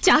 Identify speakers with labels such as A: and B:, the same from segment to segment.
A: 家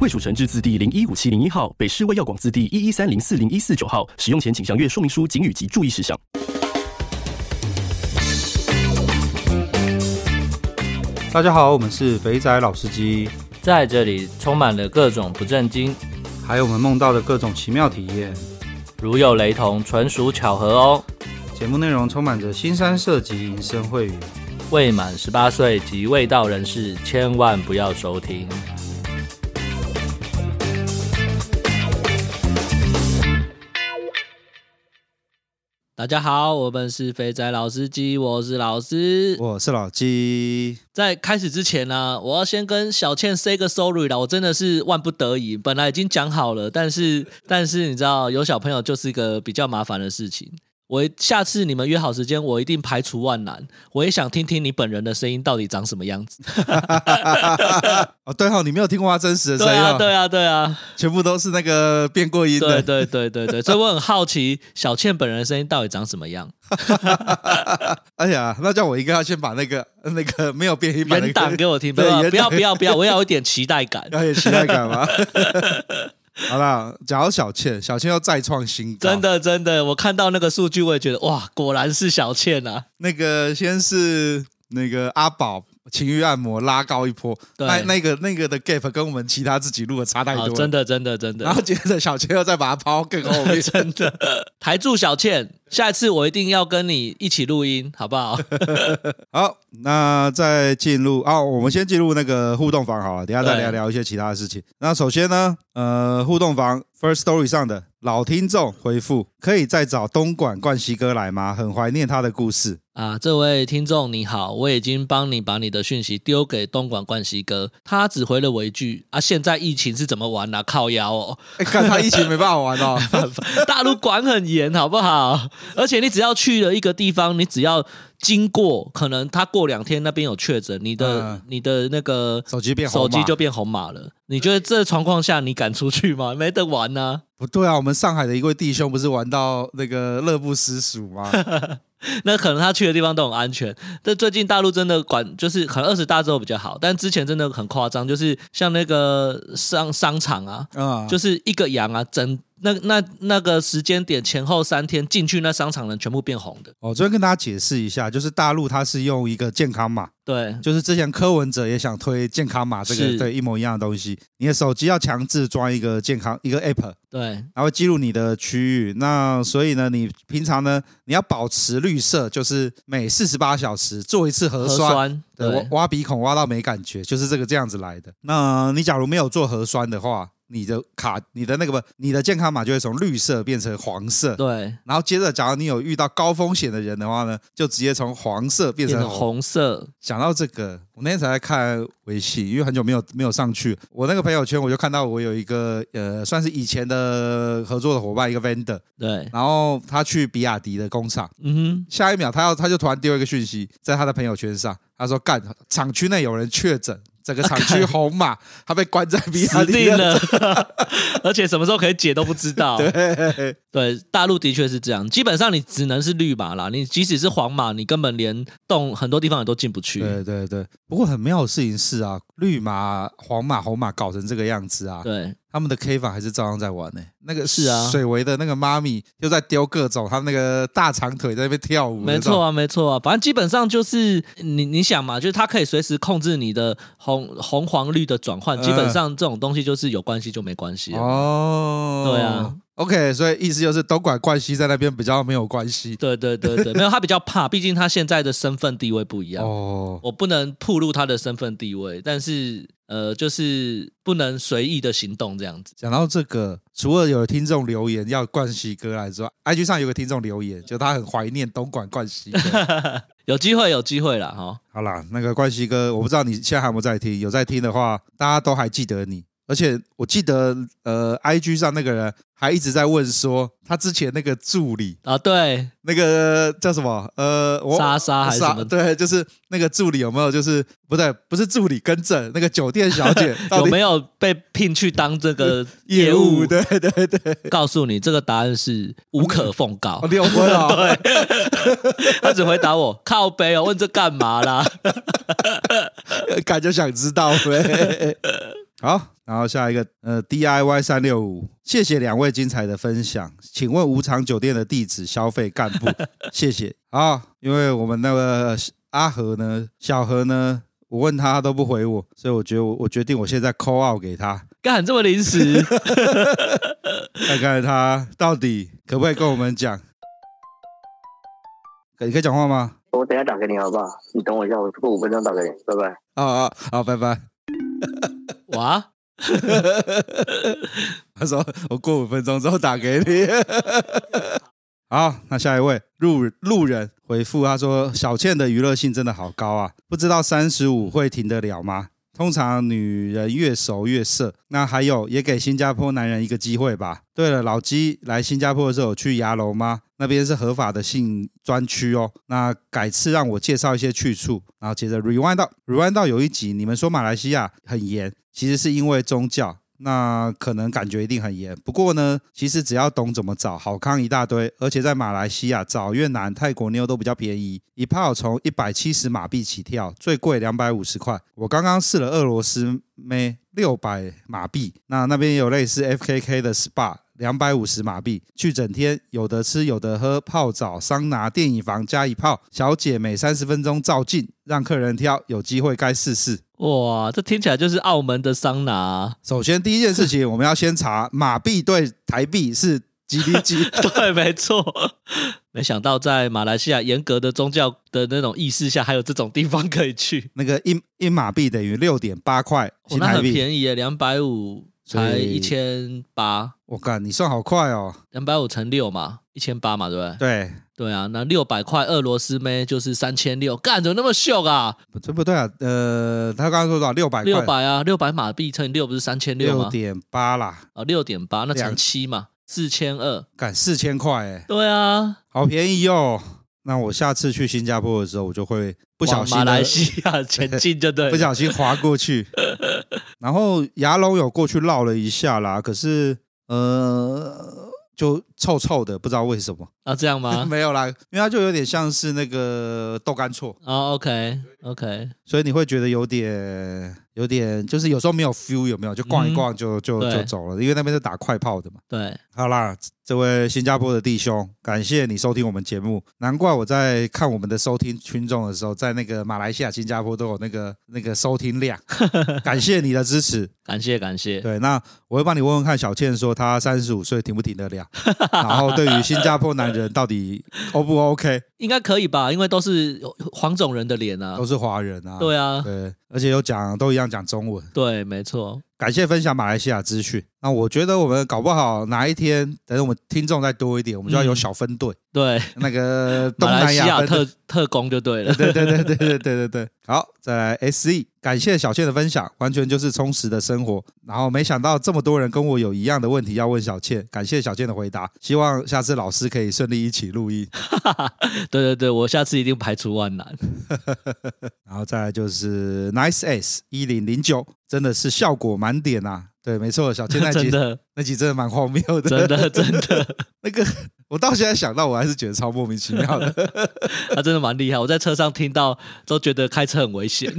B: 卫蜀成字字第零一五七零一号，北市卫药广字第一一三零四零一四九号。使用前请详阅说明书、警语及注意事项。
C: 大家好，我们是肥仔老司机，
D: 在这里充满了各种不正经，
C: 还有我们梦到的各种奇妙体验。
D: 如有雷同，纯属巧合哦。
C: 节目内容充满着新三色及淫声秽语。
D: 未满十八岁及未到人士，千万不要收听。大家好，我们是肥仔老司机，我是老师。
C: 我是老鸡，
D: 在开始之前呢、我要先跟小倩 say 个 sorry 啦，我真的是万不得已，本来已经讲好了，但是但是你知道，有小朋友就是一个比较麻烦的事情。我下次你们约好时间，我一定排除万难。我也想听听你本人的声音到底长什么样子。
E: 哦，对哦，你没有听过他真实的
D: 对
E: 声音、
D: 啊，
E: 哦，
D: 对啊，对啊，
E: 全部都是那个变过音
D: 对
E: 的。
D: 对对对对，所以我很好奇小倩本人的声音到底长什么 样，
E: 哎呀，那叫我应该要先把那个 那个没有变音版的
D: 原档给我听，不
E: 对
D: 要
E: 原
D: 不要
E: 档哎
D: 不要不要，我要有一点期待 感。
E: 要有期待 感吗？好啦，讲到小倩，小倩要再创新高，
D: 真。的真的，我看到那个数据，我也觉得哇，果然是小倩啊！
E: 那个先是那个阿宝情欲按摩拉高一波，
D: 对
E: 那那个那个的 gap 跟我们其他自己录的差太多
D: 啊
E: 了，
D: 真。的真的真
E: 然
D: 的
E: 后，接着小倩又再把它抛 更 后面，
D: 真 的，台柱小倩，下一次我一定要跟你一起录音，好不 好？
E: 好，那再进入啊、我们先进入那个互动房好了，等一下再
D: 对
E: 聊聊一些其他的事情。那首先呢，呃，互动房 First Story 上的老听众回复，可以再找东莞冠希哥来吗？很怀念他的故事。
D: 啊，这位听众你好，我已经帮你把你的讯息丢给东莞冠希哥，他只回了我一句啊，现在疫情是怎么玩啊？靠腰哦，
E: 哎，看他疫情没办法玩哦，
D: 大陆管很严，好不好？而且你只要去了一个地方，你只要经过，可能他过两天那边有确诊，你的、
E: 嗯
D: 你的那个
E: 手机变红
D: 手
E: 码
D: 机就变红码了。你觉得这状况下你敢出去吗？没得玩呢、
E: 不对啊。我们上海的一位弟兄不是玩到那个乐不思蜀 吗？
D: 那可能他去的地方都很安全。但最近大陆真的管，就是可能二十大之后比较好，但之前真的很夸张，就是像那个商商场啊，
E: 啊、嗯，
D: 就是一个羊啊，整那那那个时间点前后三天进去那商场的人全部变红的。
E: 哦，这边跟大家解释一下，就是大陆它是用一个健康码，
D: 对，
E: 就是之前柯文哲也想推健康码这
D: 是
E: 个，对，一模一样的东西。你的手机要强制装一个健康一个 app，
D: 对，
E: 然后记录你的区域。那所以呢，你平常呢，你要保持绿色，就是每四十八小时做一次核
D: 核
E: 酸。
D: 酸，
E: 对，挖
D: 对，
E: 挖鼻孔挖到没感觉，就是这个这样子来的。那你假如没有做核酸的话，你的卡、你的那个不，你的健康码就会从绿色变成黄色。
D: 对，
E: 然后接着，假如你有遇到高风险的人的话呢，就直接从黄色变
D: 变
E: 成
D: 成
E: 红
D: 红色，
E: 讲到这个，我那天才在看微信，因为很久没有没有上去。我那个朋友圈我就看到我有一个呃，算是以前的合作的伙伴，一个 vendor，
D: 对，
E: 然后他去比亚迪的工厂，
D: 嗯
E: 下一秒他要他就突然丢一个讯息在他的朋友圈上，他说干厂区内有人确诊，整个厂区红码，他被关在比
D: 哼，死
E: 亚迪
D: 定。了， 而且什么时候可以解都不知道。
E: 对，
D: 对，大陆的确是这样，基本上你只能是绿码啦，你即使是黄码，你根本连动很多地方你都进不去。
E: 对对对。不过很妙的事情是啊，绿码、黄码、红码搞成这个样子啊，
D: 对，
E: 他们的 K 房还是照样在玩呢、那个
D: 是啊
E: 水围的那个妈咪又在丢各种，他们那个大长腿在那边跳舞，
D: 没错啊，没错啊，反正基本上就是你你想嘛，就是它可以随时控制你的红红黄绿的转换，
E: 嗯
D: 基本上这种东西就是有关系就没关系
E: 那
D: 了
E: 种。哦，
D: 对啊。
E: OK，所以意思就是东莞冠希在那边比较没有关系
D: 对对对对，没有他比较怕，毕竟他现在的身份地位不一样。
E: 哦。
D: 我不能暴露他的身份地位，但是呃，就是不能随意的行动这样子。
E: 讲到这个，除了有听众留言要冠希哥来之外，IG 上有个听众留言，就他很怀念东莞冠希哥。
D: 有机会，有机会啦，哈、
E: 好啦，那个冠希哥，我不知道你现在还有没有在听，有在听的话，大家都还记得你。而且我记得呃，IG 上那个人还一直在问说，他之前那个助理
D: 啊，对，
E: 那个叫什么？呃，我
D: 莎莎还是什么
E: 对，就是那个助理有没有？就是不对，不是助理，跟正那个酒店小姐到
D: 有
E: 底
D: 没有被聘去当这个
E: 业
D: 务？
E: 对对对，
D: 告诉你，这个答案是无可奉告
E: 哦。 六分 啊、哦，
D: 他只回答我靠背哦，问这干嘛啦？
E: 对，感觉想知 道呗。好，然后下一个呃，DIY 三六五，谢谢两位精彩的分享。请问无偿酒店的地址、消费干部，谢谢。好，因为我们那个阿和呢，小何呢，我问他他都不回我，所以我觉得我我决定我现在 call out 给他。
D: 干这么临时？
E: 看看他到底可不可以跟我们讲。可你可以讲话吗？
F: 我等一下打给你好不好？你等我一下，我过五分钟打给你，拜拜。
E: 啊啊，好，拜拜。
D: 哇，
E: 他说我过五分钟之后打给你。好，那下一位路路人回复他说：“小倩的娱乐性真的好高啊，不知道三十五会停得了吗？通常女人越熟越色。那还有，也给新加坡男人一个机会吧。对了，老鸡来新加坡的时候有去牙楼吗？那边是合法的性专区哦。那改次让我介绍一些去处。然后接着 rewind 到 rewind 到有一集，你们说马来西亚很严，其实是因为宗教。”那可能感觉一定很严。不过呢，其实只要懂怎么找，好康一大堆。而且在马来西亚找越南、泰国妞都比较便宜，一炮从一百七十马币起跳，最贵两百五十块。我刚刚试了俄罗斯妹六百马币，那那边有类似 FKK 的 SPA。两百五十马币，去整天有的吃有的喝，泡澡、桑拿、电影房加一泡，小姐每三十分钟照镜，让客人挑，有机会该试试。
D: 哇，这听起来就是澳门的桑拿啊、
E: 首先第一件事情，我们要先查马币对台币是几比 几。
D: 对，没错。没想到在马来西亚严格的宗教的那种意识下，还有这种地方可以去，
E: 那个一一马币等于六点八块
D: 哦、
E: 新
D: 那
E: 台
D: 很
E: 币。
D: 便宜耶，两百五才
E: 所
D: 一
E: 以
D: 千八，
E: 我干，你算好快哦！
D: 两百五乘六嘛，一千八嘛，对不对？
E: 对，
D: 对啊，那六百块俄罗斯妹就是三千六，干怎么那么秀啊？
E: 不对不对啊？呃，他刚刚说多少？六百
D: 六百啊，六百马币乘以六不是三千六
E: 六
D: 吗？
E: 点八啦，
D: 啊，六点八那乘
E: 两
D: 七嘛，四千二。
E: 干四千块哎，
D: 对啊，
E: 好便宜哦。那我下次去新加坡的时候，我就会不小心
D: 往马
E: 地
D: 来西 亚前进就对
E: 不
D: 了。
E: 小心滑 过去。然后牙龙有过去绕了一下啦，可是呃，就臭臭的，不知道为什么。
D: 啊，这样吗？
E: 没有啦，因为它就有点像是那个豆干错，
D: 啊，OK OK，
E: 所以你会觉得有点有点，就是有时候没有 feel，有没有？就逛一逛就、就
D: 对
E: 就走了，因为那边是打快炮的嘛。
D: 对，
E: 好啦，这位新加坡的弟兄，感谢你收听我们节目。难怪我在看我们的收听群众的时候，在那个马来西亚、新加坡都有那个那个收听量，感谢你的支持。
D: 感谢感谢。
E: 对，那我会帮你问问看小倩，说她三十五岁停不停 得了，然后对于新加坡男人到底 O 不 OK？
D: 应该可以吧？因为都是黄种人的脸啊
E: 都。是华人啊，
D: 对啊，
E: 对，而且有讲都一样讲中文。
D: 对，没错。
E: 感谢分享马来西亚资讯。那我觉得我们搞不好哪一天，等我们听众再多一点，我们就要有小分队，
D: 对，
E: 那个东
D: 马来
E: 南
D: 西
E: 亚
D: 亚
E: 分
D: 特
E: 队。
D: 特工就对了。
E: 对对对对对对对对，好，再来 S E，感谢小倩的分享，完全就是充实的生活。然后没想到这么多人跟我有一样的问题要问小倩，感谢小倩的回答，希望下次老师可以顺利一起录音。
D: 对对对，我下次一定排除万难。
E: 然后再来就是 Nice S 一零零九，真的是效果满点啊！对，没错，小倩那 集
D: 真 的，
E: 那集真的蛮荒谬的，
D: 真的，真的，
E: 那个我到现在想到，我还是觉得超莫名其 妙的，
D: 他啊真的蛮厉害。我在车上听到都觉得开车很危 险。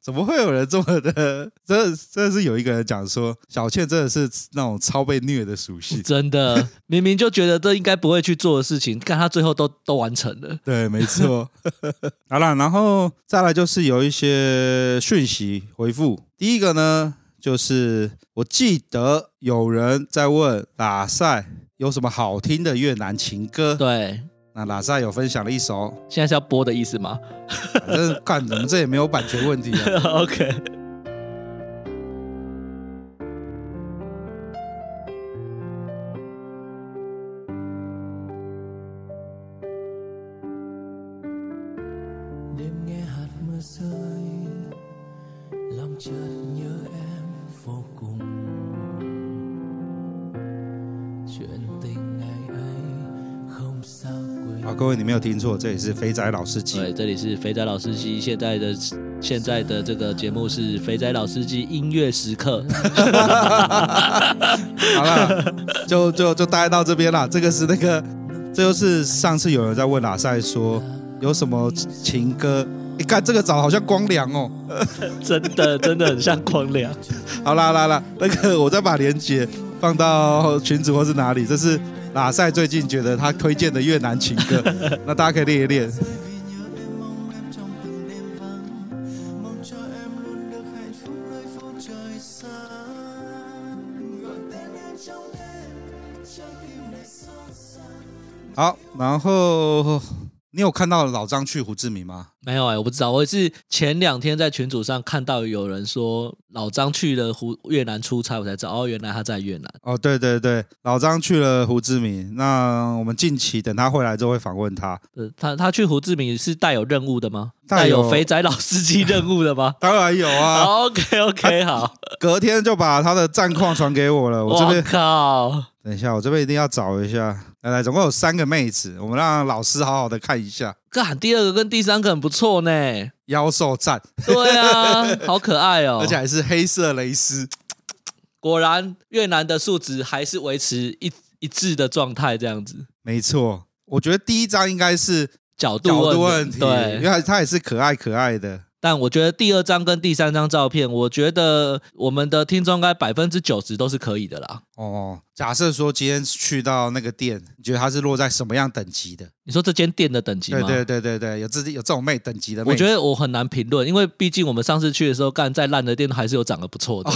E: 怎么会有人这么的？真的真的是有一个人讲说，小倩真的是那种超被虐的属性。
D: 真的，明明就觉得这应该不会去做的事情，看他最后都都完成了。
E: 对，没错。 好了，然后再来就是有一些讯息回复。第一个呢，就是我记得有人在问拉塞有什么好听的越南情歌，
D: 对，
E: 那拉塞有分享了一首，
D: 现在是要播的意思吗
E: 反正干我们这也没有版权问题 啊。
D: ？OK，
G: đêm nghe hạt mưa rơi lòng chợt nhớ em
H: 火共，chuyện tình ngày ấy không sao quên.
C: 好，各位你没有听错，这里是肥仔老司
E: 啊
D: 对，
C: 机。
D: 这里是肥仔老司机，现在的现在的这个节目是肥仔老司机音乐时刻。
C: 好了，就就就大概到这边啦。这个是那个，这就是上次有人在问拉塞说有什么情歌。你看这个找好像光良哦。
D: 真的真的很像光良。
C: 好啦好啦好啦，那个我再把链接放到群组或是哪里。这是拉塞最近觉得他推荐的越南情歌，那大家可以练一练。
H: vì nhớ em mong em trong từng đêm vắng mong cho em luôn được hạnh phúc nơi phố trời xa gọi tên em trong đêm trái tim này xót xa
C: 好，然后你有看到老张去胡志明吗？
D: 没有哎、我不知道，我是前两天在群组上看到有人说老张去了湖越南出差，我才知道哦，原来他在越南。
C: 哦，对对对，老张去了胡志明，那我们近期等他回来之后会访问他。
D: 呃，他他去胡志明是带有任务的吗？带
C: 带有？
D: 有肥仔老司机任务的吗
C: 当然有 啊，
D: OK OK 好，
C: 隔天就把他的战况传给我了。我这
D: 我
C: 边
D: 靠，
C: 等一下，我这边一定要找一下。来来，总共有三个妹子，我们让老师好好的看一下。
D: 干第二个跟第三个很不错呢，
C: 妖兽战，
D: 对啊，好可爱哦，
C: 而且还是黑色蕾丝。
D: 果然越南的数值还是维持一一致的状态，这样子
C: 没错，我觉得第一张应该是
D: 角度
C: 角度问题，
D: 对，
C: 因为他也是可爱可爱的。
D: 但我觉得第二张跟第三张照片，我觉得我们的听众应该百分之九十都是可以的啦。
C: 哦，假设说今天去到那个店，你觉得它是落在什么样等级的？
D: 你说这间店的等级吗？
C: 对对对对对，有自己有这种妹等级的妹，
D: 我觉得我很难评论，因为毕竟我们上次去的时候，干再烂的店还是有长得不错的，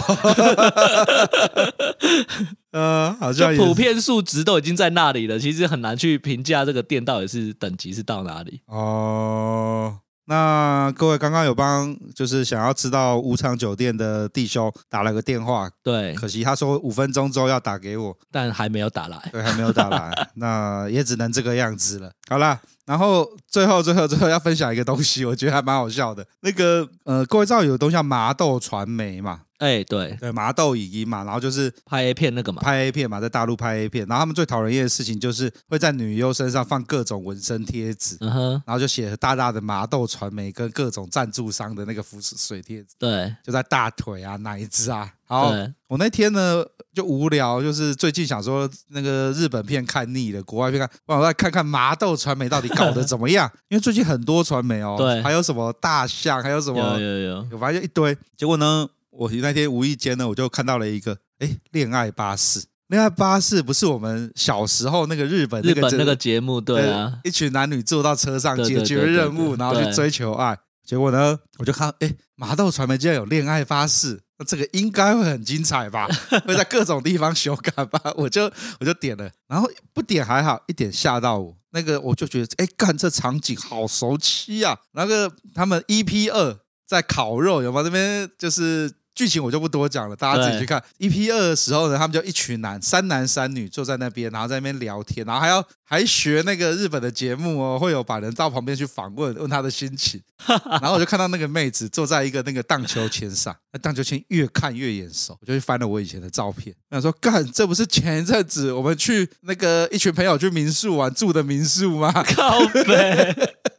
C: 哦 呃，好
D: 就
C: 像也是
D: 普遍数值都已经在那里了，其实很难去评价这个店到底是等级是到哪里。
C: 哦。那各位刚刚有帮就是想要知道无常酒店的弟兄打了个电话，
D: 对，
C: 可惜他说五分钟之后要打给我，
D: 但还没有打来。
C: 对，还没有打来，那也只能这个样子了。好啦，然后最后最后最后要分享一个东西，我觉得还蛮好笑的。那个呃，各位知道有东西叫麻豆传媒嘛？
D: 哎，对，
C: 对，麻豆影音嘛，然后就是
D: 拍 A 片那个嘛，
C: 拍 A 片嘛，在大陆拍 A 片，然后他们最讨人厌的事情就是会在女优身上放各种纹身贴纸，
D: 嗯哼，
C: 然后就写大大的麻豆传媒跟各种赞助商的那个浮水贴纸，
D: 对，
C: 就在大腿啊、奶子啊。好，
D: 对，
C: 我那天呢就无聊，就是最近想说那个日本片看腻了，国外片看，我想再看看麻豆传媒到底搞得怎么 样，因为最近很多传媒哦，
D: 对
C: 还有什么大象，还有什么
D: 有有有，
C: 反正就一堆。结果呢，我那天无意间呢，我就看到了一个，哎，恋爱巴士。恋爱巴士不是我们小时候那个日本
D: 日本
C: 真
D: 那
C: 的
D: 个节目，对啊，
C: 呃一群男女坐到车上
D: 对对
C: 解
D: 对
C: 决任
D: 对对
C: 务，
D: 对
C: 然后去追求爱。结果呢，我就看，哎，麻豆传媒竟然有恋爱巴士，那这个应该会很精彩吧？会在各种地方修改吧？我就我就点了，然后不点还好，一点吓到我。那个我就觉得，哎，干这场景好熟悉啊！那个他们 EP 二在烤肉，有吗？这边就是剧情我就不多讲了，大家自己去看。EP 二的时候呢，他们就一群男三男三女坐在那边，然后在那边聊天，然后还要还学那个日本的节目哦，会有把人到旁边去访问，问他的心情。然后我就看到那个妹子坐在一个那个荡秋千上，那荡秋千越看越眼熟，我就去翻了我以前的照片，我想说干，这不是前一阵子我们去那个一群朋友去民宿玩住的民宿吗？
D: 靠北。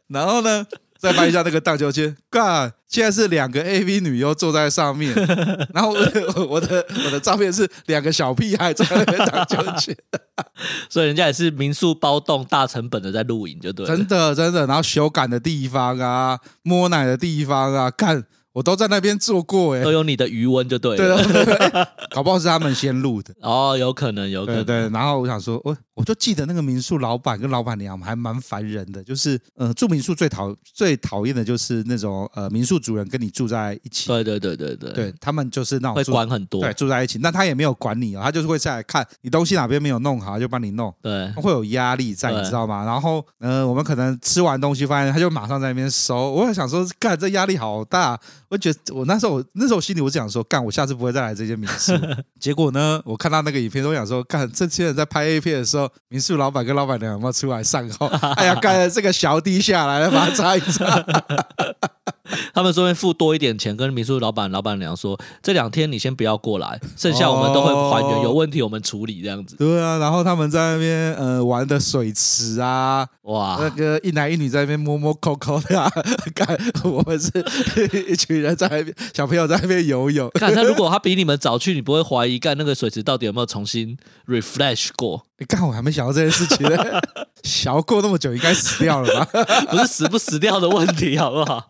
C: 然后呢，再翻一下那个荡秋千，干，现在是两个 AV 女优坐在上面，然后我的我的我的照片是两个小屁孩坐在那边荡秋千，
D: 所以人家也是民宿包栋大成本的在露营，就对了。
C: 真的真的，然后修改的地方啊，摸奶的地方啊，干，我都在那边做过哎、
D: 都有你的余温就对
C: 对
D: 了。
C: 对对对， 哎搞不好是他们先录的。
D: 哦，有可能，有可
C: 对
D: 能。
C: 对，然后我想说，我我就记得那个民宿老板跟老板娘还蛮烦人的，就是呃，住民宿最讨最讨厌的就是那种呃，民宿主人跟你住在一起，
D: 对对对对对
C: 对他们就是那种
D: 会
C: 住
D: 管很多。
C: 对住在一起，那他也没有管你哦，他就是会下来看你东西哪边没有弄好，他就帮你弄。
D: 对
C: 会有压力在，
D: 对
C: 你知道吗？然后，呃，我们可能吃完东西，发现他就马上在那边收。我想说，干这压力好大。我觉得我那时候，我那时候我心里我只想说，干我下次不会再来这间民宿。结果呢，我看到那个影片，我想说，干这些人在拍 A 片的时候，民宿老板跟老板娘有没有出来善后？哎呀，干这个小滴下来了，把它擦一擦。
D: 他们说会付多一点钱，跟民宿老板、老板娘说，这两天你先不要过 来，剩下我们都会还原，
C: 哦
D: 有问题我们处理这样子。
C: 对啊，然后他们在那边呃玩的水池啊，那
D: 哇，
C: 个一男一女在那边摸摸抠抠的、啊， 看我们是 一群人在那边，小朋友在那边游泳，
D: 看他如果他比你们早去，你不会怀疑干那个水池到底有没有重新 refresh 过？
C: 你看我还没想到这件事情呢， 小过那么久应该死掉了吧？
D: 不是死不死掉的问题，好 不好？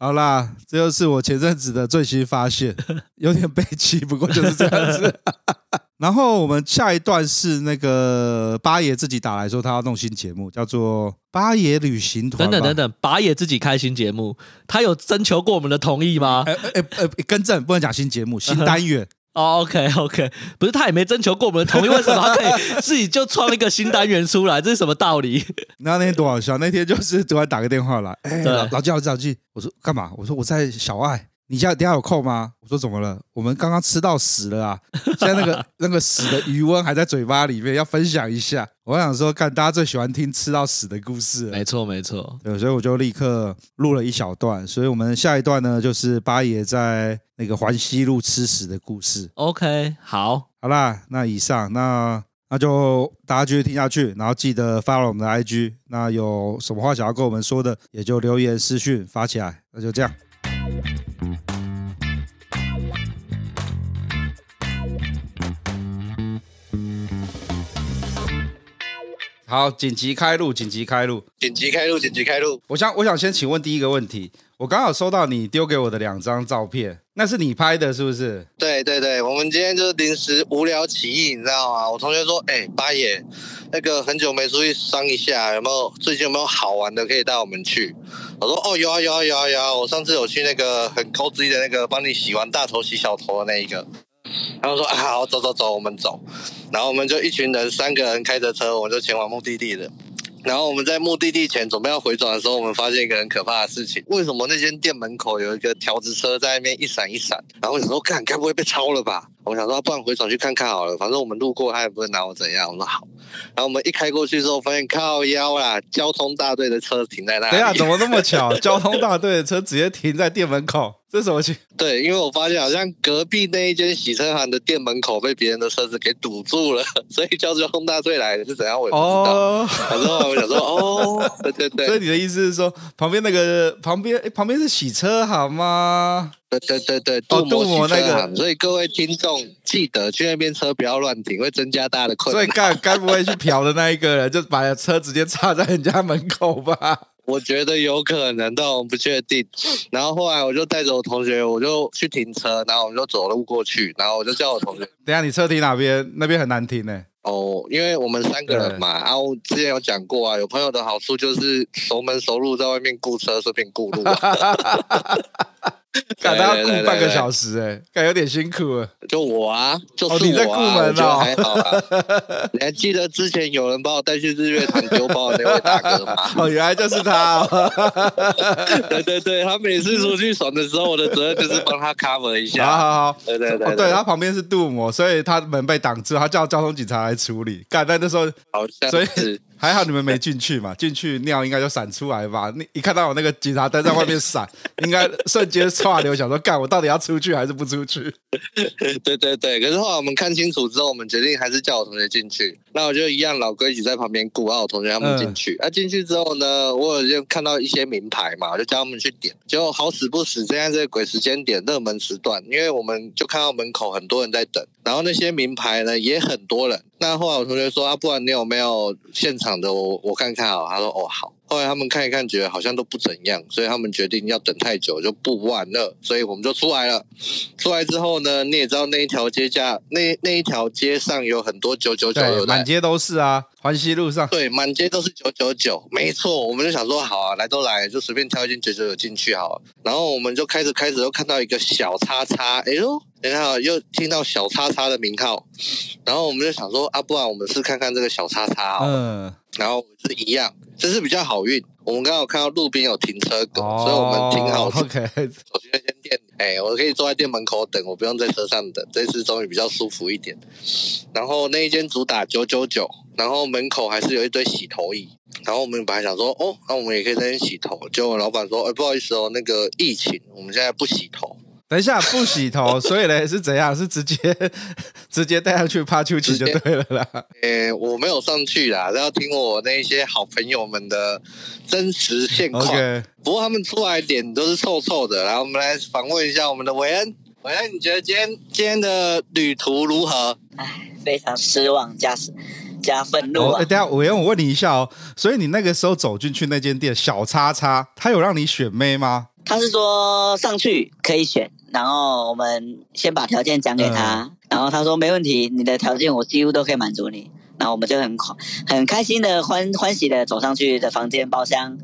C: 好啦，这就是我前阵子的最新发现，有点悲戚，不过就是这样子。 然后我们下一段是那个八爷自己打来说他要弄新节目，叫做八爷旅行团
D: 等
C: 吧。
D: 等等等，拔野自己开新节目，他有征求过我们的同意吗？
C: 哎哎哎，哎更正，不能讲新节目，新单元。
D: 哦、o k OK，不是他也没征求过我们的同意，为什么他可以自己就创一个新单元出来？这是什么道理？
C: 然后那天多好笑，那天就是突然打个电话来，哎、
D: 对
C: 老老纪老纪老纪，我说干嘛？我说我在小爱，你家等一下有空吗？我说怎么了？我们刚刚吃到屎了啊！现在那个 那个屎的余温还在嘴巴里面，要分享一下。我想说，看大家最喜欢听吃到屎的故事了
D: 没错没错，
C: 对，所以我就立刻录了一小段。所以我们下一段呢，就是八爷在那个环西路吃屎的故事。
D: OK，好，
C: 好啦，那以上那那就大家继续听下去，然后记得 follow 我们的 IG。那有什么话想要跟我们说的，也就留言私讯发起来。那就这样，好，紧急开路，紧急开路。
I: 紧急开路，紧急开路。
C: 我想，我想先请问第一个问题，我刚好收到你丢给我的两张照片，那是你拍的，是不是？
I: 对对对，我们今天就是临时无聊起意，你知道吗？我同学说，哎、八爷，那个很久没出去商一下，有没有最近有没有好玩的可以带我们去？我说，哦，有啊有啊有啊有啊，我上次有去那个很抠之一的那个帮你洗完大头洗小头的那一个。然后说啊，好，走走走，我们走。然后我们就一群人，三个人开着车，我们就前往目的地了。然后我们在目的地前准备要回转的时候，我们发现一个很可怕的事情：为什么那间店门口有一个条子车在那边一闪一闪？然后我想说，看该不会被超了吧？我们想说，啊不然回转去看看好了，反正我们路过，他也不会拿我怎样。我说好。然后我们一开过去之后，发现靠腰啦，交通大队的车停在那里。
C: 等一下，怎么那么巧？ 交通大队的车直接停在店门口，这是什么情？
I: 对，因为我发现好像隔壁那一间洗车行的店门口被别人的车子给堵住了， 所以叫交通大队来是怎样，我也不知道。
C: 哦，
I: 反正我想说，哦，对对
C: 所以你
I: 对，
C: 的意思是说，旁边那个旁边诶旁边是洗车行吗？
I: 对对对对，
C: 哦
I: 镀膜
C: 镀膜
I: 洗车
C: 那个
I: 行所以各位听众记得去那边车不要乱停，会增加大家的困
C: 所以
I: 难。
C: 该该不会去嫖的那一个人就 把车直接插在人家门口吧？
I: 我觉得有可能，但我们不确定。然后后来我就带着我同学，我就去停车，然后我们就走路过去，然后我就叫我同学
C: 等一下你车停哪边？那边很难停呢、
I: 哦，因为我们三个人嘛，啊，我之前有讲过啊，有朋友的好处就是熟门熟路，在外面雇车顺便雇路、 啊，
C: 干他要
I: 对对
C: 顾
I: 对
C: 半个小时哎、感有点辛苦了。
I: 就我啊，就是我、啊，
C: 哦你在雇
I: 我
C: 门哦
I: 觉得还好 啊。你还记得之前有人把我带去日月潭丢包的那位大 哥吗？
C: 哦，原来就是 他、哦。
I: 对对对，他每次出去爽的时候，我的责任就是帮他 cover 一
C: 好
I: 下。
C: 好好，
I: 对对对
C: 哦
I: 对
C: 对，他旁边是镀膜，所以他门被挡住，他叫交通警察来处理。干，但那时候
I: 好像
C: 所
I: 是
C: 以。 还好你们没进去嘛，进去尿应该就闪出来吧。你一看到我那个警察灯在外面闪，应该瞬间唰流，想说干我到底要出去还是不出去？
I: 对对对，可是后来我们看清楚之后，我们决定还是叫我同学进去。那我就一样老规矩在旁边顾，啊，我同学他们进去。那、啊进去之后呢，我有就看到一些名牌嘛，我就叫他们去点。结果好死不死，现在这个鬼时间点热门时段，因为我们就看到门口很多人在等，然后那些名牌呢也很多人。那后来我同学说啊，不然你有没有现场的我我看看啊？他说哦好。后来他们看一看，觉得好像都不怎样，所以他们决定要等太久就不玩了，所以我们就出来了。出来之后呢，你也知道那一条街下，那那一条街上有很多九九九，对
C: 对，
I: 不
C: 满
I: 对？
C: 街都是啊，环西路上。
I: 对，满街都是九九九，没错。我们就想说，好啊，来都来，就随便挑一间九九九进去好了。然后我们就开始开始又看到一个小叉叉，哎呦，等一下又听到小叉叉的名号，然后我们就想说，啊，不然我们试看看这个小叉叉哦。
C: 嗯，
I: 然后是一样，这是比较好运。我们刚好看到路边有停车格，
C: 哦
I: 所以我们停好车
C: OK，
I: 走去那间店，哎、我可以坐在店门口等，我不用在车上等。这次终于比较舒服一点。然后那一间主打九九九，然后门口还是有一堆洗头椅。然后我们本来想说，哦，那我们也可以在那边洗头。结果老板说，哎、不好意思哦，那个疫情，我们现在不洗头，
C: 等一下不洗头，所以嘞是怎样？是直接 直接带他去帕丘奇就对了啦。
I: 诶、哎我没有上去啦，要听我那一些好朋友们的真实现况。
C: OK，
I: 不过他们出来脸都是臭臭的。然后我们来访问一下我们的韦恩，韦恩，你觉得今天今天的旅途如何？
F: 非常失望加加愤怒
C: 哦，
F: 啊
C: 哎，！等一下我要我问你一下哦，所以你那个时候走进去那间店小叉叉，他有让你选妹吗？
F: 他是说上去可以选，然后我们先把条件讲给
C: 嗯
F: 他，啊然后他说没问题，你的条件我几乎都可以满足你。然后我们就很狂很开心的欢欢喜的走上去的房间包厢，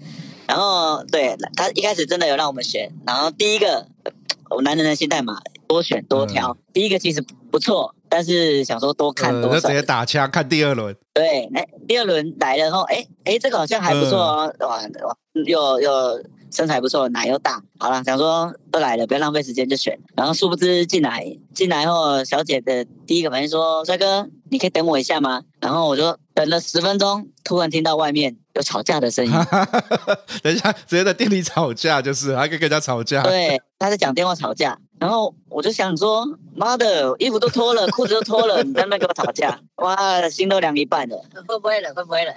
F: 然后对他一开始真的有让我们选，然后第一个呃我男人的心态嘛，多选多挑，第一个其实不错，但是想说多看
C: 呃
F: 多
C: 就直
F: 少。
C: 接打枪看第二轮。
F: 对，哎，第二轮来了后，哎哎，这个好像还不错哦，哇哇，又又身材不错，奶又大，好了，想说都来了，不要浪费时间就选。然后殊不知进来进来后，小姐的第一个反应说：“帅哥，你可以等我一下吗？”然后我就等了十分钟，突然听到外面有吵架的声音，
C: 等一下直接在店里吵架，就是还可以跟人家吵架。
F: 对，他在讲电话吵架。然后我就想说，妈的，衣服都脱了，裤子都脱 了，你在那边跟我吵架，哇，心都凉一半了。会不会了？会不会了？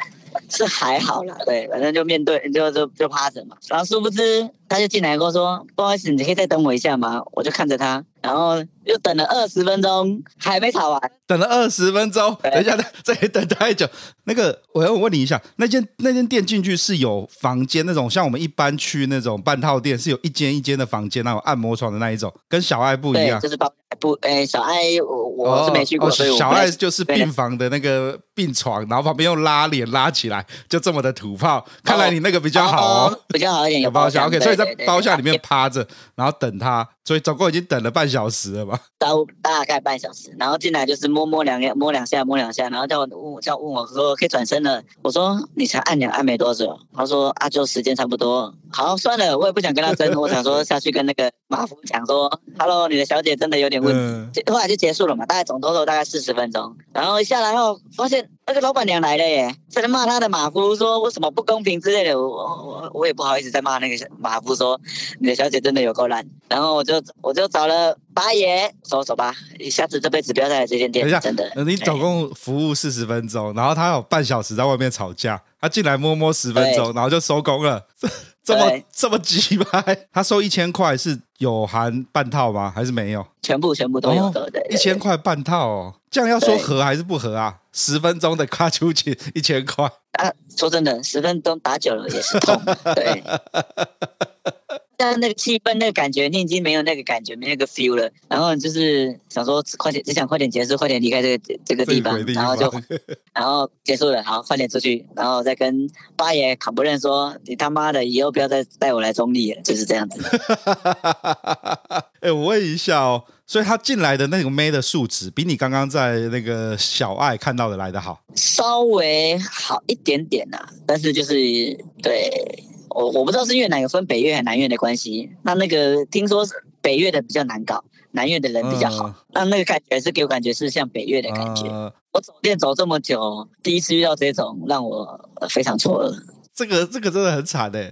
F: 是还好啦，对，反正就面对，就就就趴着嘛。然后殊不知，他就进来跟我说：“不好意思，你可以再等我一下吗？”我就看着他，然后又等了二十分钟，还没吵完。
C: 等了二十分钟，
F: 对
C: 等一下，这里等太久。那个，我要问你一下，那间那间店进去是有房间那种，像我们一般去那种半套店是有一间一间的房间，那种按摩床的那一种，跟小爱不一
F: 对，
C: 样
F: 就。是包不，哎，小爱，我我是没去过，
C: 哦
F: 所以我不
C: 小
F: 太
C: 爱就是病房的那个病床，然后旁边用拉帘拉起来，就这么的土炮。看来你那个比较好哦，，
F: 哦比较好一点，
C: 有
F: 有
C: 包厢。OK，
F: 对
C: 所以在
F: 对对
C: 包厢里面
F: 对
C: 趴着，然后等他，所以总共已经等了半小时了吧？
F: 大大概半小时，然后进来就是摸摸两个，摸两下，摸两下，然后叫我问我叫我问我说可以转身了，我说你才按两按没多久，他说啊就时间差不多，啊好算了，我也不想跟他争，我想说下去跟那个马夫讲说，Hello，你的啊小姐真的有点问题。
C: 嗯，
F: 就后来就结束了嘛，大概总 total 大概四十分钟，然后一下来后发现那个老板娘来了耶，在那骂他的马夫说为什么不公平之类的，我我我也不好意思再骂那个小马夫说你的小姐真的有够烂，然后我就我就找了八爷收手吧，一下子这辈子不要再来这间店
C: 等一下，，
F: 真的。
C: 呃你总共服务四十分钟，然后他有半小时在外面吵架，他进来摸摸十分钟，然后就收工了， 这这么
F: 对
C: 这么急吗？他收一千块是有含半套吗？还是没有？
F: 全部全部都有的，对
C: 一
F: 对
C: 千块半套哦，这样要说
F: 对
C: 合还是不合啊？十分钟的卡丘琴一千块，
F: 啊，说真的，十分钟打久了也是痛，对。但那个气氛、那个感觉，你已经没有那个感觉，没有那个 feel 了。然后就是想说，快点，只想快点结束，快点离开这个这个地方
C: 这，个地
F: 然
C: 方
F: 后就然后结束了，好，快点出去，然后再跟八爷砍不认说，你他妈的以后不要再带我来中立了，就是这样子。
C: 哎、我问一下哦，所以他进来的那个妹的数值，比你刚刚在那个小爱看到的来的好。
F: 稍微好一点点呐、但是就是对我我不知道是越南有分北越和南越的关系，那那个听说是北越的比较难搞，南越的人比较好，
C: 嗯
F: 那那个感觉是给我感觉是像北越的感觉。
C: 呃
F: 我走店走这么久，第一次遇到这种让我呃非常错愕。
C: 这个这个真的很惨哎、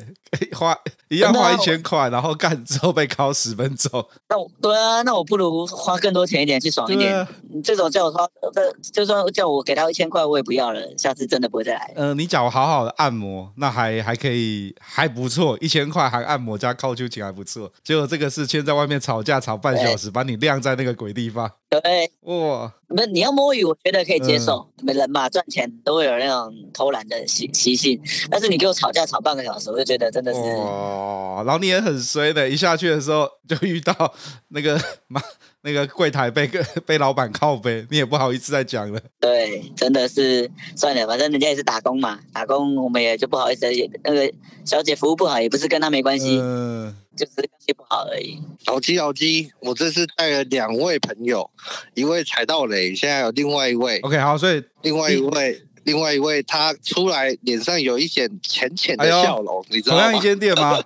C: 花一样
F: 真的
C: 花
F: 啊
C: 一千块，然后干之后被敲十分钟，
F: 那我对啊，那我不如花更多钱一点去爽一
C: 对
F: 点。
C: 啊，
F: 你这种叫我花，这就算叫我给他一千块，我也不要了，下次真的不会再来了。
C: 呃，你假如好好的按摩，那还还可以，还不错，一千块还按摩加扣球钱还不错。结果这个是先在外面吵架吵半小时，把你晾在那个鬼地方，
F: 对，
C: 哇！
F: 不是你要摸鱼，我觉得可以接受。你们人嘛，赚钱都会有那种偷懒的习习性，但是你给我吵架吵半个小时，我就觉得真的是，
C: 哇，哦然后你也很衰的，一下去的时候就遇到那个 妈那个柜台被 个被老板靠背，你也不好意思再讲了。
F: 对，真的是算了，反正人家也是打工嘛，打工我们也就不好意思，也那个小姐服务不好，也不是跟她没关系，
C: 嗯、
F: 就是关系不好而已。
I: 老鸡老鸡，我这次带了两位朋友，一位踩到雷，现在有另外一位，
C: OK，好，所以
I: 另外一位，另外一位，他出来脸上有一点浅浅的
C: 哎呦
I: 笑容，你知
C: 同样
I: 道
C: 一
I: 吗？
C: 间店吗？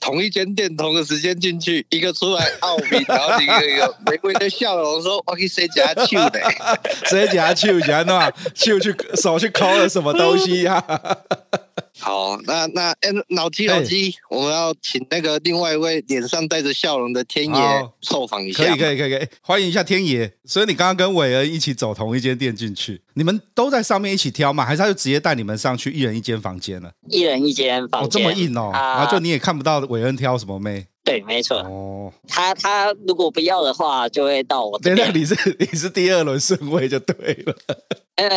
I: 同一间店同个时间进去，一个出来奥比，然后一个一个玫瑰的笑容说：“我去谁家去的
C: 谁夹手夹那手去手去抠了什么东西呀、？”
I: 好，那那哎，脑机脑机，我们要请那个另外一位脸上带着笑容的天爷
C: 好
I: 受访一下
C: 可
I: 嘛。
C: 以可以可以可以，欢迎一下天爷。所以你刚刚跟韦恩一起走同一间店进去，你们都在上面一起挑吗？还是他就直接带你们上去，一人一间房间了？
F: 一人一间
C: 哦，
F: 房
C: 这
F: 间，
C: 么硬哦，
F: 啊
C: 然后就你也看不到韦恩挑什么妹
F: 对，没错。
C: 哦。
F: 他他如果不要的话，就会到我这
C: 对，那
F: 边。
C: 你是 你是第二轮顺位就对了。
F: 呃，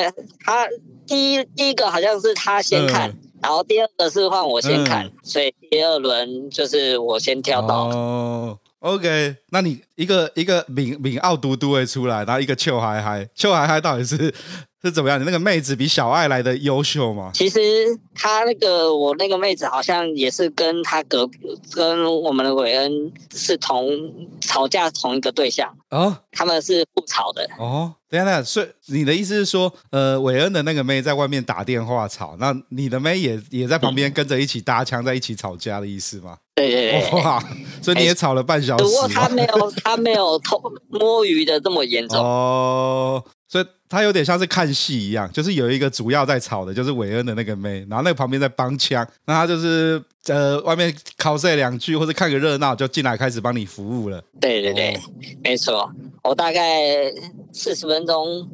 F: 他第一第一个好像是他先看，然后第二个是换我先看，
C: 嗯
F: 所以第二轮就是我先挑到。
C: 哦，OK，那你一个一个敏敏奥嘟嘟会出来，然后一个邱海海，邱海海到底是是怎么样？你那个妹子比小爱来的优秀吗？
F: 其实他那个我那个妹子好像也是跟他隔壁跟我们的韦恩是同吵架同一个对象，
C: 哦
F: 他们是互吵的。
C: 哦，等一下，等一下，所以你的意思是说，呃，韦恩的那个妹在外面打电话吵，那你的妹也也在旁边跟着一起搭腔，在一起吵架的意思吗？
F: 对对对。
C: 哇，所以你也哦吵了半小时
F: 只
C: 吗。
F: 不过他没有，他没有偷摸鱼的这么严重。
C: 哦，所以他有点像是看戏一样，就是有一个主要在吵的，就是韦恩的那个妹，然后那个旁边在帮腔，那他就是呃外面 cos 两句或者看个热闹，就进来开始帮你服务 了。
F: 对对
C: 哦
F: 对，没错，我大概四十分钟，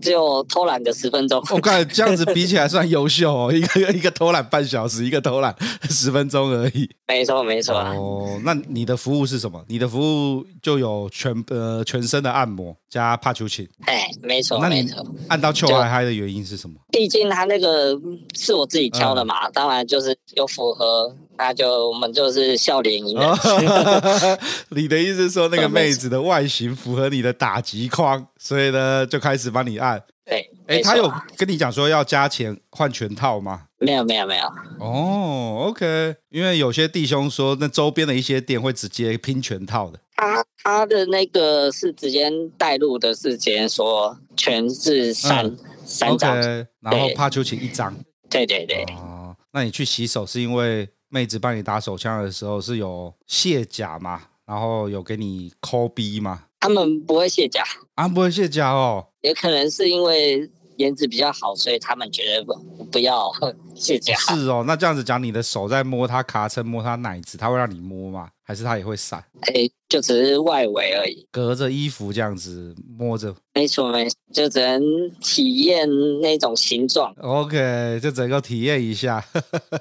F: 只有偷懒个十分钟。
C: 我看这样子比起来算优秀哦，一个一个偷懒半小时，一个偷懒十分钟而已。
F: 没错没错，
C: 哦，那你的服务是什么？你的服务就有全呃全身的按摩加帕丘琴，
F: 哎、没错
C: 那
F: 没
C: 你
F: 错。
C: 按到秋
F: 就
C: 嗨嗨的原因是 什么？
F: 毕竟他那个是我自己挑的
C: 嗯
F: 嘛，当然就是有符合，那就我们就是笑脸迎人。
C: 哦，你的意思是说那个妹子的外形符合你的打击框，所以呢就开始帮你按。
F: 对，
C: 哎，
F: 没错
C: 他有跟你讲说要加钱换全套吗？
F: 没有没有没有，
C: 哦，OK，因为有些弟兄说那周边的一些店会直接拼全套的。
F: 他他的那个是直接带入的，是直接说全是三、
C: 嗯
F: 三张，
C: OK，然后
F: 对
C: 帕丘琴一张。
F: 对对对，
C: 哦，那你去洗手是因为妹子帮你打手枪的时候是有卸甲嘛？然后有给你抠逼吗？
F: 他们不会卸甲。
C: 啊，不会卸甲哦。
F: 也可能是因为颜值比较好，所以他们觉得不不 要谢谢。
C: 是哦，那这样子讲，你的手在摸他卡车，摸他奶子，他会让你摸吗？还是他也会闪，
F: 哎、就只是外围而已。
C: 隔着衣服这样子摸着
F: 没错，没错，就只能体验那种形状。
C: ？OK，就整个体验一下。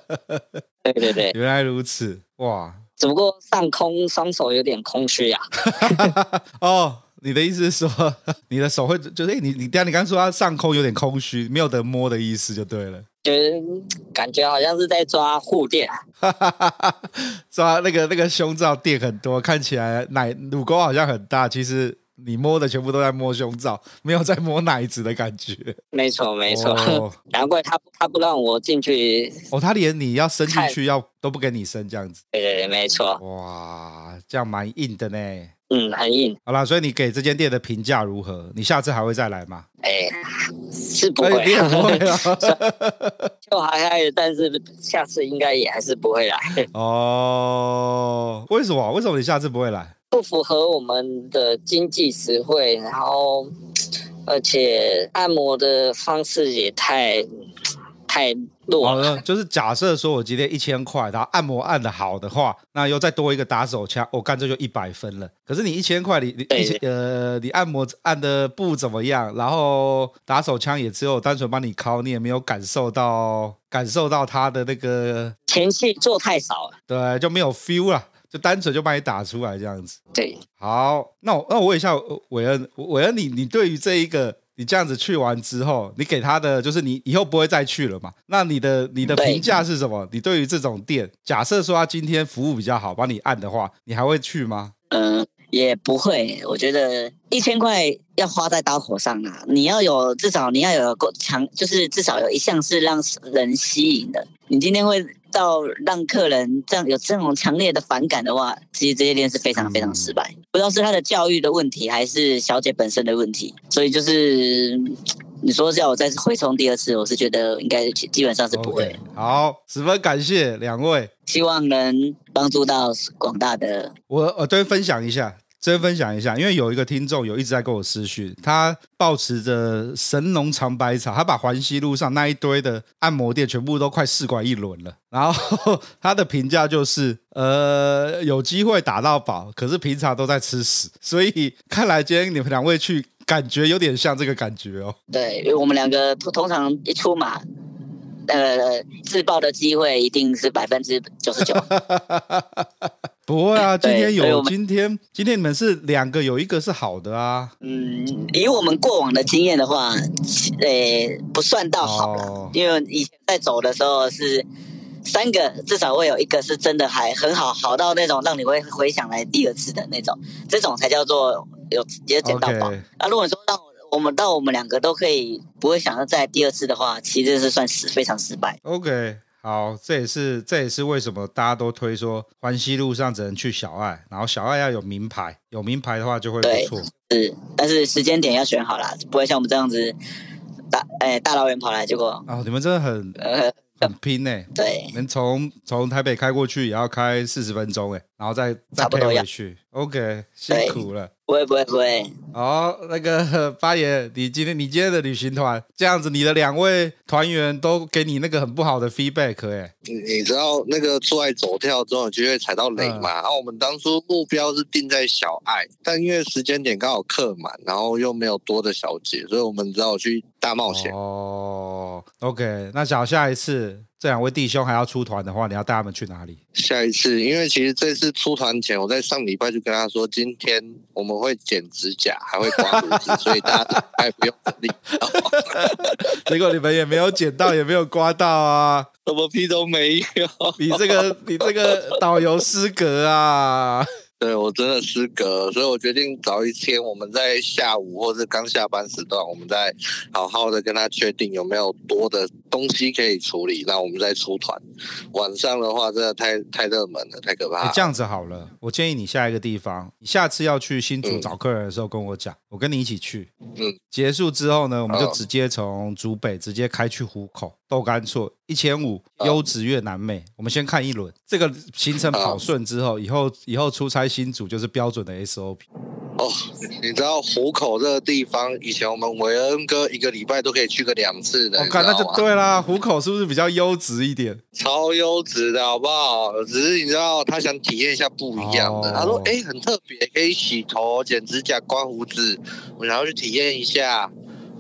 F: 对对对，
C: 原来如此，哇！
F: 只不过上空双手有点空虚啊。
C: 哦，你的意思是说， 你的手会就是、诶你你，等一下你刚刚说他上空有点空虚，没有得摸的意思就对了。
F: 觉得感觉好像是在抓护垫，
C: 哈哈哈哈， 抓那个那个胸罩垫很多，看起来奶乳沟好像很大，其实你摸的全部都在摸胸罩，没有在摸奶子的感觉。
F: 没错没错，
C: 哦，
F: 难怪他他不让我进去。
C: 哦他连你要伸进去要都不给你伸这样子，
F: 对对对，没错，
C: 哇，这样蛮硬的呢。
F: 嗯，很硬，
C: 好啦，所以你给这间店的评价如何？你下次还会再来吗？
F: 哎、是不
C: 哎你
F: 会、
C: 也不会啊
F: 就还还，但是下次应该也还是不会来。
C: 哦，为什么？为什么你下次不会来？
F: 不符合我们的经济实惠，然后而且按摩的方式也太太弱
C: 好
F: 了。
C: 了，就是假设说我今天一千块，然后按摩按的好的话，那又再多一个打手枪，我、干这就一百分了。可是你一千块，你你
F: 对
C: 一千呃，你按摩按的不怎么样，然后打手枪也只有单纯帮你敲，你也没有感受到感受到他的那个
F: 前戏做太少了，
C: 对，就没有 feel 啦，就单纯就帮你打出来这样子。
F: 对，
C: 好，那我那我问一下呃韦恩，韦恩你，你对于这一个你这样子去完之后，你给他的就是你以后不会再去了嘛？那你的你的
F: 对
C: 评价是什么？你对于这种店，假设说他今天服务比较好，帮你按的话，你还会去吗？
F: 嗯、也不会。我觉得一千块要花在刀口上啊，你要有至少你要有够强，就是至少有一项是让人吸引的。你今天会到让客人这样有这种强烈的反感的话，其实这些店是非常非常失败。不知道是他的教育的问题，还是小姐本身的问题。所以就是嗯你说叫我再
C: 哦
F: 回冲第二次，我是觉得应该基本上是不会。
C: OK，好，十分感谢两位。
F: 希望能帮助到广大的
C: 我我对分享一下，真分享一下，因为有一个听众有一直在跟我私讯，他抱持着神农尝百草，他把环西路上那一堆的按摩店全部都快试管一轮了，然后 他的评价就是，呃，有机会打到饱，可是平常都在吃屎，所以看来今天你们两位去，感觉有点像这个感觉哦。
F: 对，因为我们两个通通常一出马，呃，自爆的机会一定是百分之 九十九。
C: 不会啊，今
F: 对
C: 天
F: 所以我
C: 有
F: 们
C: 今天今天你们是两个，有一个是好的啊。
F: 嗯，以我们过往的经验的话，呃，不算到好了，
C: 哦
F: 因为以前在走的时候是三个，至少会有一个是真的还很好，好到那种让你会回想来第二次的那种，这种才叫做有直接捡到宝。
C: OK
F: 啊，如果说让我我们到我们两个都可以不会想要再第二次的话，其实是算失非常失败。
C: OK，好，这也是这也是为什么大家都推说环西路上只能去小爱，然后小爱要有名牌，有名牌的话就会
F: 对
C: 不错。
F: 是，但是时间点要选好啦，不会像我们这样子大哎大老远跑来，结果
C: 啊、你们真的很
F: 呃
C: 很拼呢、欸
F: 对
C: 你。们从从台北开过去也要开四十分钟哎、然后再再
F: 差不
C: 配
F: 多
C: 回
F: 要
C: 去。OK，辛苦了。
F: 不会不会不会，
C: 好，那个 八爷，你今天你今天的旅行团这样子，你的两位团员都给你那个很不好的 feedback 哎、
I: 你你知道那个出来走跳之后，有机会踩到雷嘛？然、后、我们当初目标是定在小爱，但因为时间点刚好客满，然后又没有多的小姐，所以我们只好去大冒险。
C: 哦，OK，那想下一次这两位弟兄还要出团的话，你要带他们去哪里？
I: 下一次，因为其实这次出团前，我在上礼拜就跟他说，今天我们会剪指甲，还会刮胡子，所以大家还不用整理，
C: 结果你们也没有捡到，也没有刮到啊！
I: 什么屁都没有。
C: 你这个你这个导游失格啊！
I: 对我真的失格，所以我决定找一天，我们在下午或是刚下班时段，我们再好好的跟他确定有没有多的东西可以处理，那我们再出团。晚上的话，真的太太热门了，太可怕
C: 欸
I: 了。
C: 这样子好了，我建议你下一个地方，你下次要去新竹
I: 嗯
C: 找客人的时候跟我讲，我跟你一起去。
I: 嗯，
C: 结束之后呢，我们就
I: 哦
C: 直接从竹北直接开去湖口豆干厝一千五，优质越南妹。我们先看一轮，这个行程跑顺之后，以后以后出差新竹就是标准的 SOP。
I: 哦， 你知道虎口这个地方，以前我们韦恩哥一个礼拜都可以去个两次的，
C: 我
I: 你知
C: 看、哦那
I: 道
C: 就
I: 吗？
C: 对啦，湖口是不是比较优质一点？
I: 超优质的好不好？只是你知道他想体验一下不一样的，
C: 哦
I: 他说：“哎、很特别，可以洗头、剪指甲、刮胡子，我想要去体验一下。”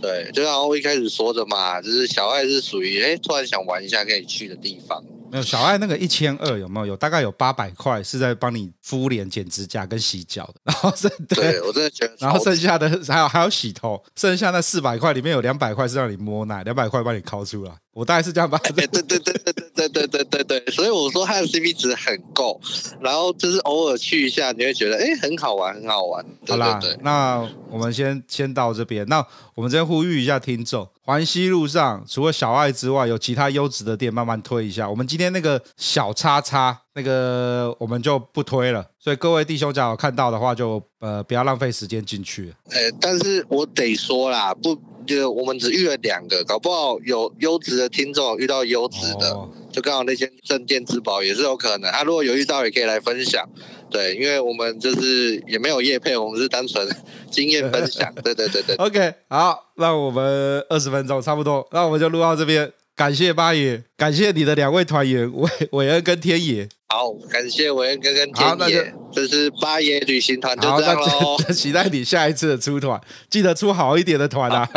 I: 对，就像我一开始说的嘛，就是小爱是属于哎、突然想玩一下可以去的地方。
C: 没有小爱那个一千二有没有？有大概有八百块是在帮你敷脸、剪指甲跟洗脚的，然后剩
I: 对我真的觉得超，
C: 然后剩下的还有还有洗头，剩下那四百块里面有两百块是让你摸奶，两百块帮你抠出来。我大概是这样把
I: 哎、对对对对对对对对对对，所以我说他的 CP 值很够，然后就是偶尔去一下，你会觉得哎、很好玩，很好玩。
C: 好
I: 对
C: 啦
I: 对对，，
C: 那我们先先到这边。那我们先呼吁一下听众，环西路上除了小爱之外，有其他优质的店，慢慢推一下。我们今天那个小叉叉，那个我们就不推了。所以各位弟兄假有看到的话就，呃不要浪费时间进去。
I: 呃，但是我得说啦，不，就我们只遇了两个，搞不好有优质的听众遇到优质的，
C: 哦
I: 就刚好那些镇店之宝也是有可能。啊，如果有遇到也可以来分享，对，因为我们就是也没有业配，我们是单纯 经验分享。对对对对，
C: OK，好，那我们二十分钟差不多，那我们就录到这边。感谢八爷，感谢你的两位团员韦韦恩跟天野。
I: 好，感谢韦恩哥跟
C: 好
I: 田
C: 那就
I: 野，这是八爷旅行团就
C: 好，
I: 这
C: 那
I: 样喽
C: 就。就 期待你下一次的出团，记得出好一点的团 啊。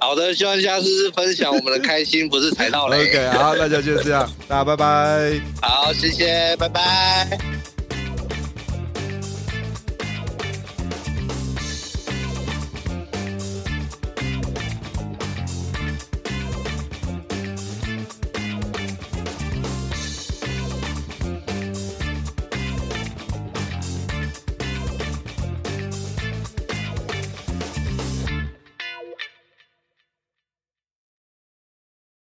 I: 好的，希望下次是分享我们的开心，不 是踩到雷。
C: OK，好，那就就这样，大家拜拜。
I: 好，谢谢，拜拜。